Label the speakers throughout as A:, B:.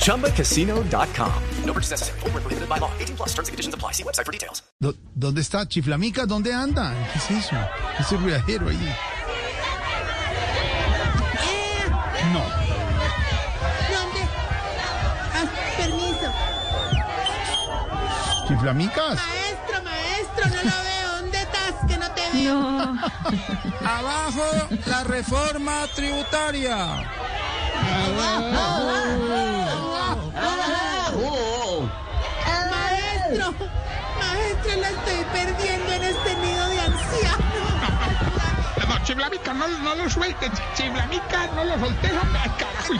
A: ChumbaCasino.com. No purchase necessary. Void where prohibited by law. 18 plus terms and conditions apply. See website for details.
B: ¿Dó- ¿Dónde está? ¿Chiflamica? ¿Dónde anda? ¿Qué es eso? Ese viajero ahí. No.
C: ¿Dónde? Ah, permiso.
B: ¿Chiflamicas?
C: Maestro, maestro, no lo veo. ¿Dónde estás? Que no te veo.
B: Abajo la reforma tributaria.
C: Ah, Maestro, maestro, la estoy perdiendo en este nido de ancianos.
D: No, Chiflamica, no, no lo sueltes. Chiflamica, no lo soltes. hombre. Ay, carajo.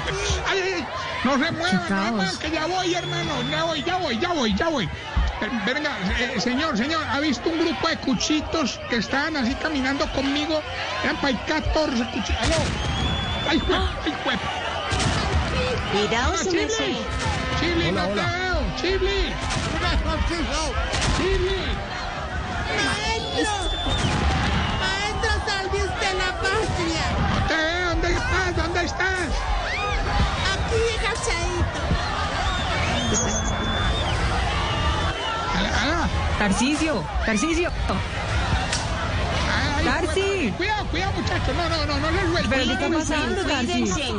D: Ay, ay, ay. No se muevan, no se muevan, que ya voy, hermano. Ya voy, ya voy, ya voy, ya voy. Eh, Venga, eh, señor, señor, ¿ha visto un grupo de cuchitos que estaban así caminando conmigo? Eran para 14 cuchitos. ¡Aló! ¡Ay, jue-
B: Ah.
D: ¡Ay, jue-
E: Cuidado,
D: Ah,
E: se me
D: ¡Chibli!
E: hace.
D: ¡Chibli,
B: Hola,
D: no te
B: hola.
D: veo! ¡Chibli! ¡Chibli!
C: Maestro, maestro, salve usted la patria.
D: ¡No te veo! ¿Dónde estás? ¿Dónde estás?
C: Aquí, agachadito.
D: ¡Aló! aló.
F: Tarcisio, Tarcisio.
D: Ay,
F: Darcy.
D: Cuidado, cuidado, muchachos. No, no, no, no les sueltes.
F: Pero, ¿qué
D: No,
F: está
D: no,
F: pasando, Tarsi?
E: Cuídense.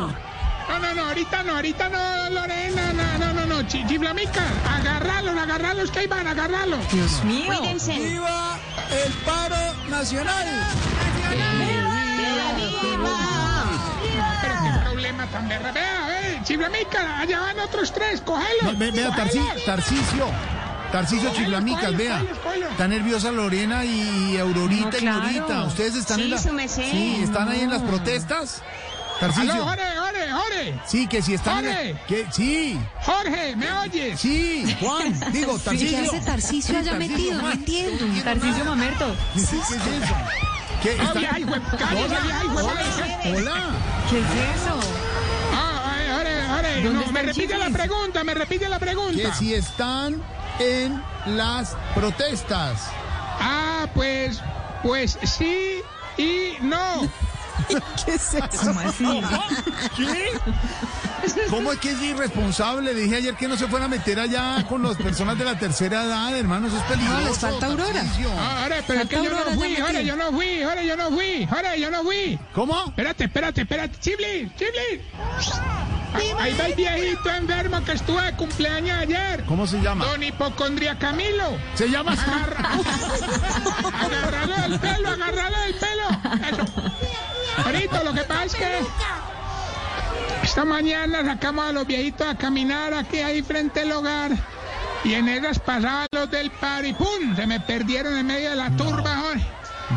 D: No, no, no, ahorita no, ahorita no, Lorena, no, no, no, no, chi- chiflamica, agarralos, agarralos, que ahí van, agarralos.
F: Dios mío.
E: Cuídense.
B: ¡Viva el paro nacional!
D: Pero qué problema tan berra, vea, eh, chiflamica, allá van otros tres, cógelos.
B: vea, Tarci-
D: cógelos.
B: Tarcisio. Tarcisio
D: Cógelos,
B: Chiflamicas,
D: cógelos,
B: vea.
D: cógelos, cógelos.
B: Está nerviosa Lorena y Aurorita
F: No,
B: y
F: claro.
B: Norita. Ustedes están
E: Sí,
B: en la...
E: su merced.
B: Sí, están ahí en las protestas.
D: Aló,
B: Tarcisio.
D: ore, ore, ore.
B: Sí, que si están... en la-
D: Jorge.
B: que- Sí,
D: Jorge, ¿me oyes?
B: sí. Juan, digo, Tarcisio.
G: ¿Qué hace Tarcisio allá
B: Tarcisio,
G: metido? No
B: Juan.
G: entiendo.
F: Tarcisio Mamerto.
B: ¿Qué es eso? ¿Qué
D: Ah,
B: está?
D: vieja hijo de- cállese, vieja hijo de-
B: Hola, hola.
F: ¿Qué es eso?
D: Ah, ay, ore, ore,
F: ¿Dónde
D: no, me
F: están,
D: repite la
F: chiflis?
D: pregunta, me repite la
B: Que
D: pregunta.
B: si están en las protestas.
D: Ah, pues, pues sí y no.
F: ¿Cómo así?
B: ¿Cómo es que es irresponsable? Le dije ayer que no se fuera a meter allá con las personas de la tercera edad, hermano. Eso es peligroso.
G: No, les falta Aurora.
B: Tarcisio.
D: Ah, ore, pero es que
G: Santa
D: yo no
G: Aurora,
D: fui,
G: ya
D: ore,
G: metí.
D: yo no fui, ore, yo no fui, ore, yo no fui.
B: ¿Cómo?
D: Espérate, espérate, espérate. Chibli, chibli. Ah, Ahí va el viejito enfermo que estuvo de cumpleaños ayer.
B: ¿Cómo se llama?
D: Don Hipocondría Camilo.
B: Se llama.
D: Agarra- Agárralo del pelo, agárralo del pelo. Eso. Ahorita lo que pasa es que esta mañana sacamos a los viejitos a caminar aquí ahí frente al hogar. Y en esas pasaban los del par y ¡pum! Se me perdieron en medio de la turba, Jorge.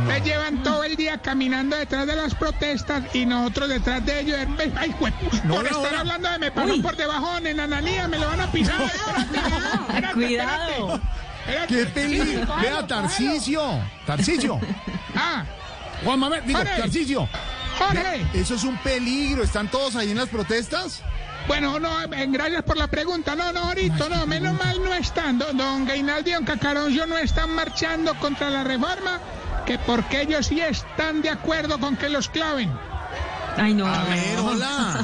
D: Me llevan todo el día caminando detrás de las protestas y nosotros detrás de ellos. Ay, ay, jue-
B: No,
D: por
B: no,
D: estar
B: no.
D: hablando de me pasan por debajo, en Ananía, me lo van a pisar. Espérate, espérate,
F: Cuidado.
D: espérate.
B: ¡Qué peligro!
D: Cógelo,
B: Vea,
D: cógelo.
B: Tarcisio. Tarcisio.
D: Ah,
B: Juan Mamer, digo,
D: Jorge.
B: Tarcisio.
D: Jorge.
B: Eso es un peligro. ¿Están todos ahí en las protestas?
D: Bueno, no, eh, gracias por la pregunta. No, no, ahorita, no, menos mal no están. Don, don Gainaldi y don Cacaroncio no están marchando contra la reforma, que porque ellos sí están de acuerdo con que los claven.
F: Ay, no.
B: A ver, hola.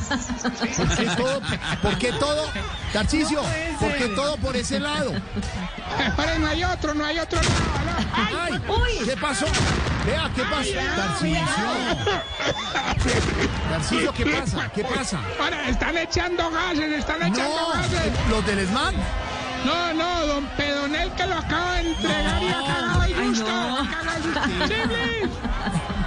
B: ¿Por qué todo? ¿Por qué todo? Tarcisio, ¿por qué todo por ese lado?
D: Ahora no hay otro, no hay otro. no, no. Ay,
B: ¡Ay! ¿Qué pasó? Vea, ¿qué pasó? Tarcisio. Tarcisio, ¿qué pasa? ¿Qué pasa?
D: Ahora están echando gases, están echando
B: No,
D: gases.
B: los del ESMAD.
D: No, no, don Pedonel que lo acaba de entregar y ha cagado y
F: Ay,
D: gusto.
F: no.
D: ha cagado y- ¡Chiblis!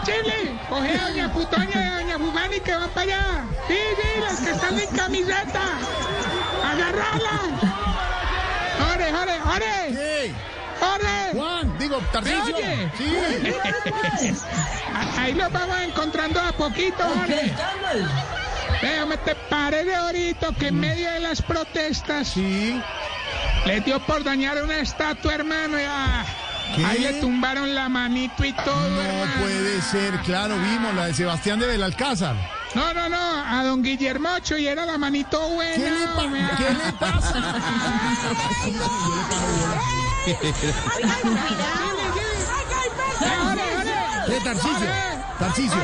D: ¡Chiblis! Coge a doña Putoña y a doña Fufani que van para allá. Sí, sí, las que están en camiseta. ¡Agarrarlas! ¡Ore, ore, ore!
B: ¿Qué?
D: ore!
B: Juan, digo, Tarcisio.
D: oye?
B: Sí.
D: A- Ahí los vamos encontrando a poquito, ore. Déjame te paré de orito que en medio de las protestas
B: Sí.
D: les dio por dañar una estatua, hermano. y, ah,
B: ¿Qué?
D: Ahí le tumbaron la manito y todo,
B: No
D: hermano.
B: puede ser, claro, vimos la de Sebastián de Belalcázar.
D: No, no, no, a don Guillermocho y era la manito buena.
B: ¿Qué le, pa-
D: hombre.
B: ¿Qué le pasa?
D: ¡Jorge, Jorge!
B: ¿Qué, Tarcicio? Tarcicio.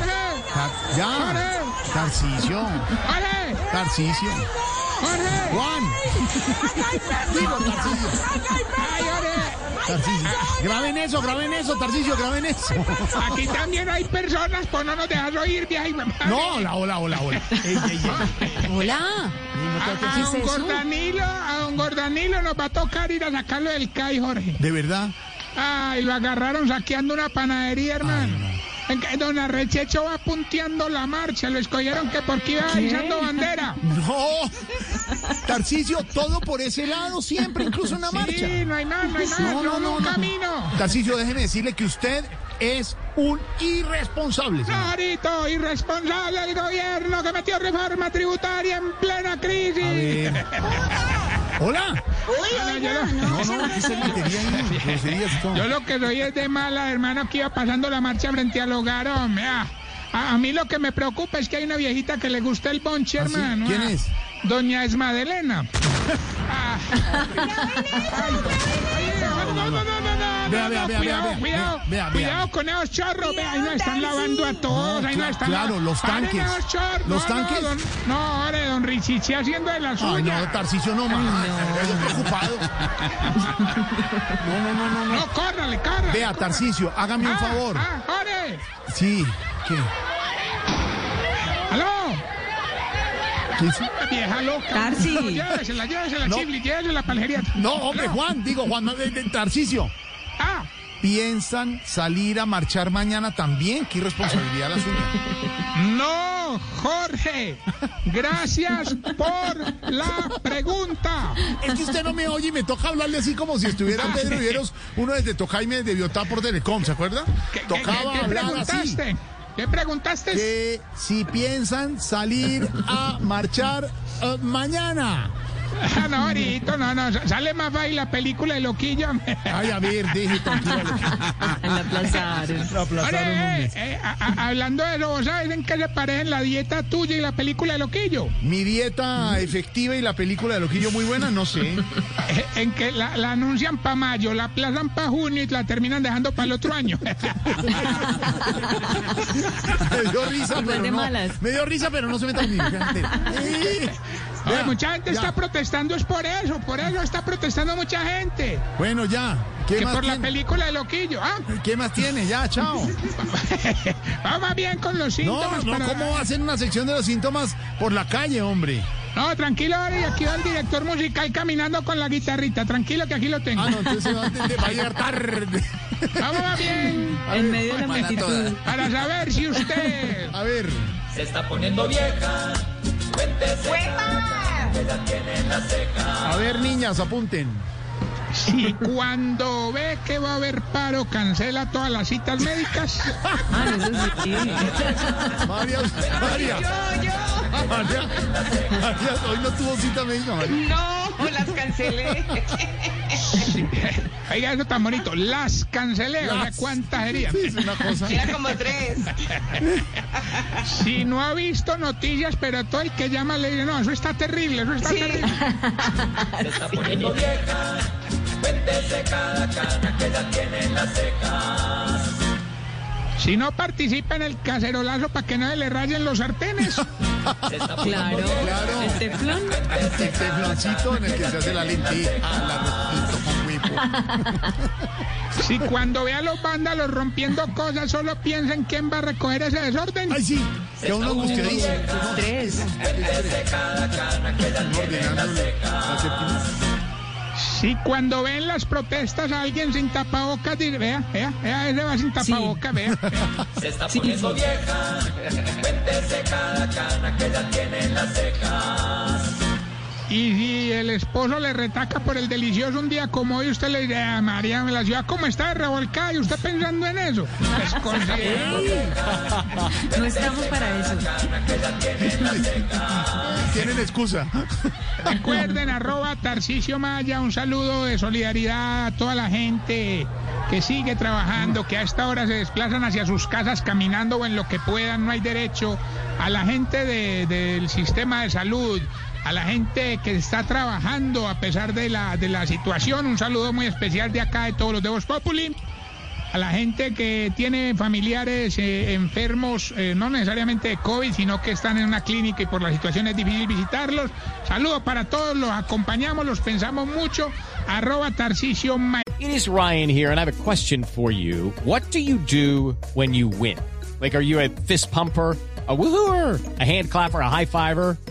B: Tar- ya. Tarcicio.
D: ¡Jorge!
B: Tarcicio.
D: ¡Jorge!
B: Juan. Digo, Tarcicio.
D: ¡Ay, Jorge!
B: Tarcicio. Graben eso, graben eso, Tarcicio, graben eso.
D: Aquí también hay personas por no nos dejar oír, vieja y mamá.
B: No, hola, hola, hola, hola. Ey, ey, ey.
G: Hola.
D: A, a
G: ¿Qué es
D: don
G: eso?
D: Gordanilo, a don Gordanilo nos va a tocar ir a sacarlo del CAI, Jorge.
B: ¿De verdad?
D: Ay, lo agarraron saqueando una panadería, hermano. En que Don Arrechecho va punteando la marcha, lo escogieron que porque iba izando bandera.
B: No. Tarcicio, todo por ese lado, siempre, incluso en la marcha.
D: Sí, no hay más, no hay más,
B: No, no,
D: no,
B: no,
D: un
B: no.
D: camino.
B: Tarcicio, déjeme decirle que usted es un irresponsable. señor.
D: Ahorita, irresponsable del gobierno que metió reforma tributaria en plena crisis.
B: A ver. Hola.
E: Uy, oiga, no.
B: No, no, ¿qué se metería ahí? Groserías y todo.
D: Yo lo que soy es de mala, hermano, que iba pasando la marcha frente al hogar, hombre. ah. A, a mí lo que me preocupa es que hay una viejita que le gusta el bonche,
B: ¿Ah, sí?
D: hermano.
B: ¿Quién
D: ah.
B: es?
D: Doña Esmadelena. Ah. Ay, oye, no, no, no, no, no,
B: Vea,
D: no,
B: vea,
D: no,
B: vea,
D: cuidado,
B: vea,
D: cuidado,
B: vea, vea.
D: cuidado con esos chorros, vea, ahí nos están lavando a todos,
B: No,
D: ahí nos están
B: claro,
D: lavando.
B: los
D: Paren
B: tanques.
D: esos chorros,
B: ¿Los
D: no, no,
B: tanques?
D: don- No, ahora don Richichi haciendo de la
B: Ay,
D: suya.
B: Ah, no, Tarcicio, no más. Estoy preocupado. No, no, no, no, no.
D: No, córrale, córrale.
B: Vea, Tarcicio, hágame un
D: Ah,
B: favor.
D: ah, ore.
B: Sí. ¿Qué?
D: ¡Aló!
B: ¿Qué hizo?
D: Vieja loca.
F: Tarsi.
D: Llévesela, llévesela,
B: No.
D: Chibli, llévesela para
B: No, hombre, Juan, digo, Juan, no, de- de- Tarcicio.
D: Ah,
B: ¿Piensan salir a marchar mañana también? ¿Qué responsabilidad la suya?
D: no, Jorge. Gracias por la pregunta.
B: Es que usted no me oye y me toca hablarle así como si estuviera Pedro Viveros, uno desde Tocaime de Biotá por Telecom, ¿se acuerda?
D: ¿Qué, qué-
B: Tocaba
D: qué- qué
B: hablar así.
D: preguntaste? ¿Qué preguntaste?
B: que si piensan salir a marchar eh, mañana.
D: Ah, no, ahorita, no, no. Sale más fácil la película de Loquillo.
B: Ay, a ver, dije tranquilo.
F: La aplazaron.
D: Oye, eh, eh, a- a- hablando de eso, ¿vos ¿sabes en qué se parecen la dieta tuya y la película de Loquillo?
B: Mi dieta efectiva y la película de Loquillo muy buena, no sé.
D: Eh, En que la, la anuncian para mayo, la aplazan para junio y la terminan dejando para el otro año.
B: Me dio risa,
F: Igual
B: pero
F: de
B: no.
F: malas.
B: Me dio risa, pero no se meta conmigo. Ah, fíjate. Sí.
D: Oye,
B: Vea,
D: mucha gente
B: ya.
D: está protestando, es por eso, por eso está protestando mucha gente.
B: Bueno, ya. ¿Qué
D: Que
B: más
D: por la
B: tiene?
D: película de Loquillo. Ah,
B: ¿Qué más tiene? Ya, chao.
D: vamos bien con los
B: No,
D: síntomas.
B: no,
D: para-
B: ¿cómo hacen una sección de los síntomas por la calle, hombre?
D: No, tranquilo, ahora y aquí va el director musical caminando con la guitarrita. Tranquilo que aquí lo tengo.
B: Ah, no, entonces se va a entender, va a llegar tarde.
D: Vamos más bien
F: En medio de la multitud.
D: para saber si usted.
B: A ver. A ver, niñas, apunten.
D: Si cuando ve que va a haber paro, cancela todas las citas médicas.
F: Ah, no, eso sí.
B: María, María,
C: Yo, yo.
B: María, María, hoy no tuvo cita médica, María.
C: No, las cancelé.
D: Sí. Oiga, eso tan bonito. Las cancelé. O sea,
B: Las.
D: ¿cuántas serían?
B: Sí, es una cosa.
C: Era como tres.
D: Si no ha visto noticias, pero todo el que llama le dice, no, eso está terrible, eso está terrible. Si no participa en el cacerolazo para que no se le rayen los sartenes.
F: Claro. este
B: Claro.
F: El teflón.
B: El tefloncito en el que se hace la lente. Ah, la rojito con huevo.
D: Si cuando vea a los vándalos rompiendo cosas, solo piensa en quién va a recoger ese desorden.
B: Ay, sí, que uno angustiadísimo.
F: Tres.
B: Uno ordenándole la séptima.
D: Si cuando ven las protestas a alguien sin tapabocas, dice, vea, vea, vea, ese va sin tapabocas, vea.
F: Sí,
D: Y si el esposo le retaca por el delicioso un día como hoy, usted le dice, "Ah, María, la ciudad como está revolcada y usted pensando en eso. Pues considera-
E: No estamos para eso.
B: Tienen excusa.
D: Recuerden, arroba Tarcicio Maya, un saludo de solidaridad a toda la gente que sigue trabajando, que a esta hora se desplazan hacia sus casas caminando o en lo que puedan, no hay derecho. A la gente de- del sistema de salud, a la gente que está trabajando a pesar de la, de la situación, un saludo muy especial de acá de todos los de Voz Populi. A la gente que tiene familiares eh, enfermos, eh, no necesariamente de COVID, sino que están en una clínica y por la situación es difícil visitarlos. Saludos para todos, los acompañamos, los pensamos mucho. Arroba Tarcisio Ma-
G: It is Ryan here, and I have a question for you. What do you do when you win? Like, are you a fist pumper? A woohooer, a hand clapper, a high fiver.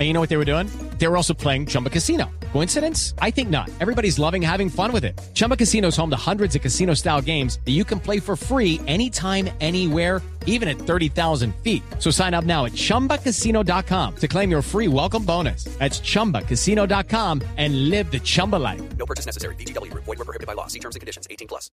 G: you know what they were doing? They were also playing Chumba Casino. Coincidence? I think not. Everybody's loving having fun with it. Chumba Casino is home to hundreds of casino style games that you can play for free anytime, anywhere even at 30,000 feet. So sign up now at ChumbaCasino.com to claim your free welcome bonus. That's ChumbaCasino.com and live the Chumba life.